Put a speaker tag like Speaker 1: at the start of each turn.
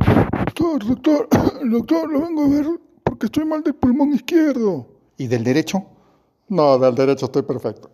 Speaker 1: Doctor, doctor, doctor, lo vengo a ver porque estoy mal del pulmón izquierdo.
Speaker 2: ¿Y del derecho?
Speaker 1: No, del derecho estoy perfecto.